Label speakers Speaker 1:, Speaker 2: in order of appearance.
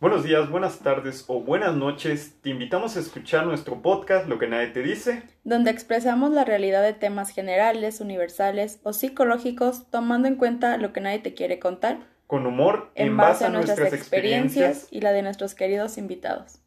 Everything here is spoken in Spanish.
Speaker 1: Buenos días, buenas tardes o buenas noches. Te invitamos a escuchar nuestro podcast Lo que nadie te dice.
Speaker 2: donde expresamos la realidad de temas generales, universales o psicológicos, tomando en cuenta lo que nadie te quiere contar
Speaker 1: Con humor
Speaker 2: en base a nuestras experiencias y la de nuestros queridos invitados.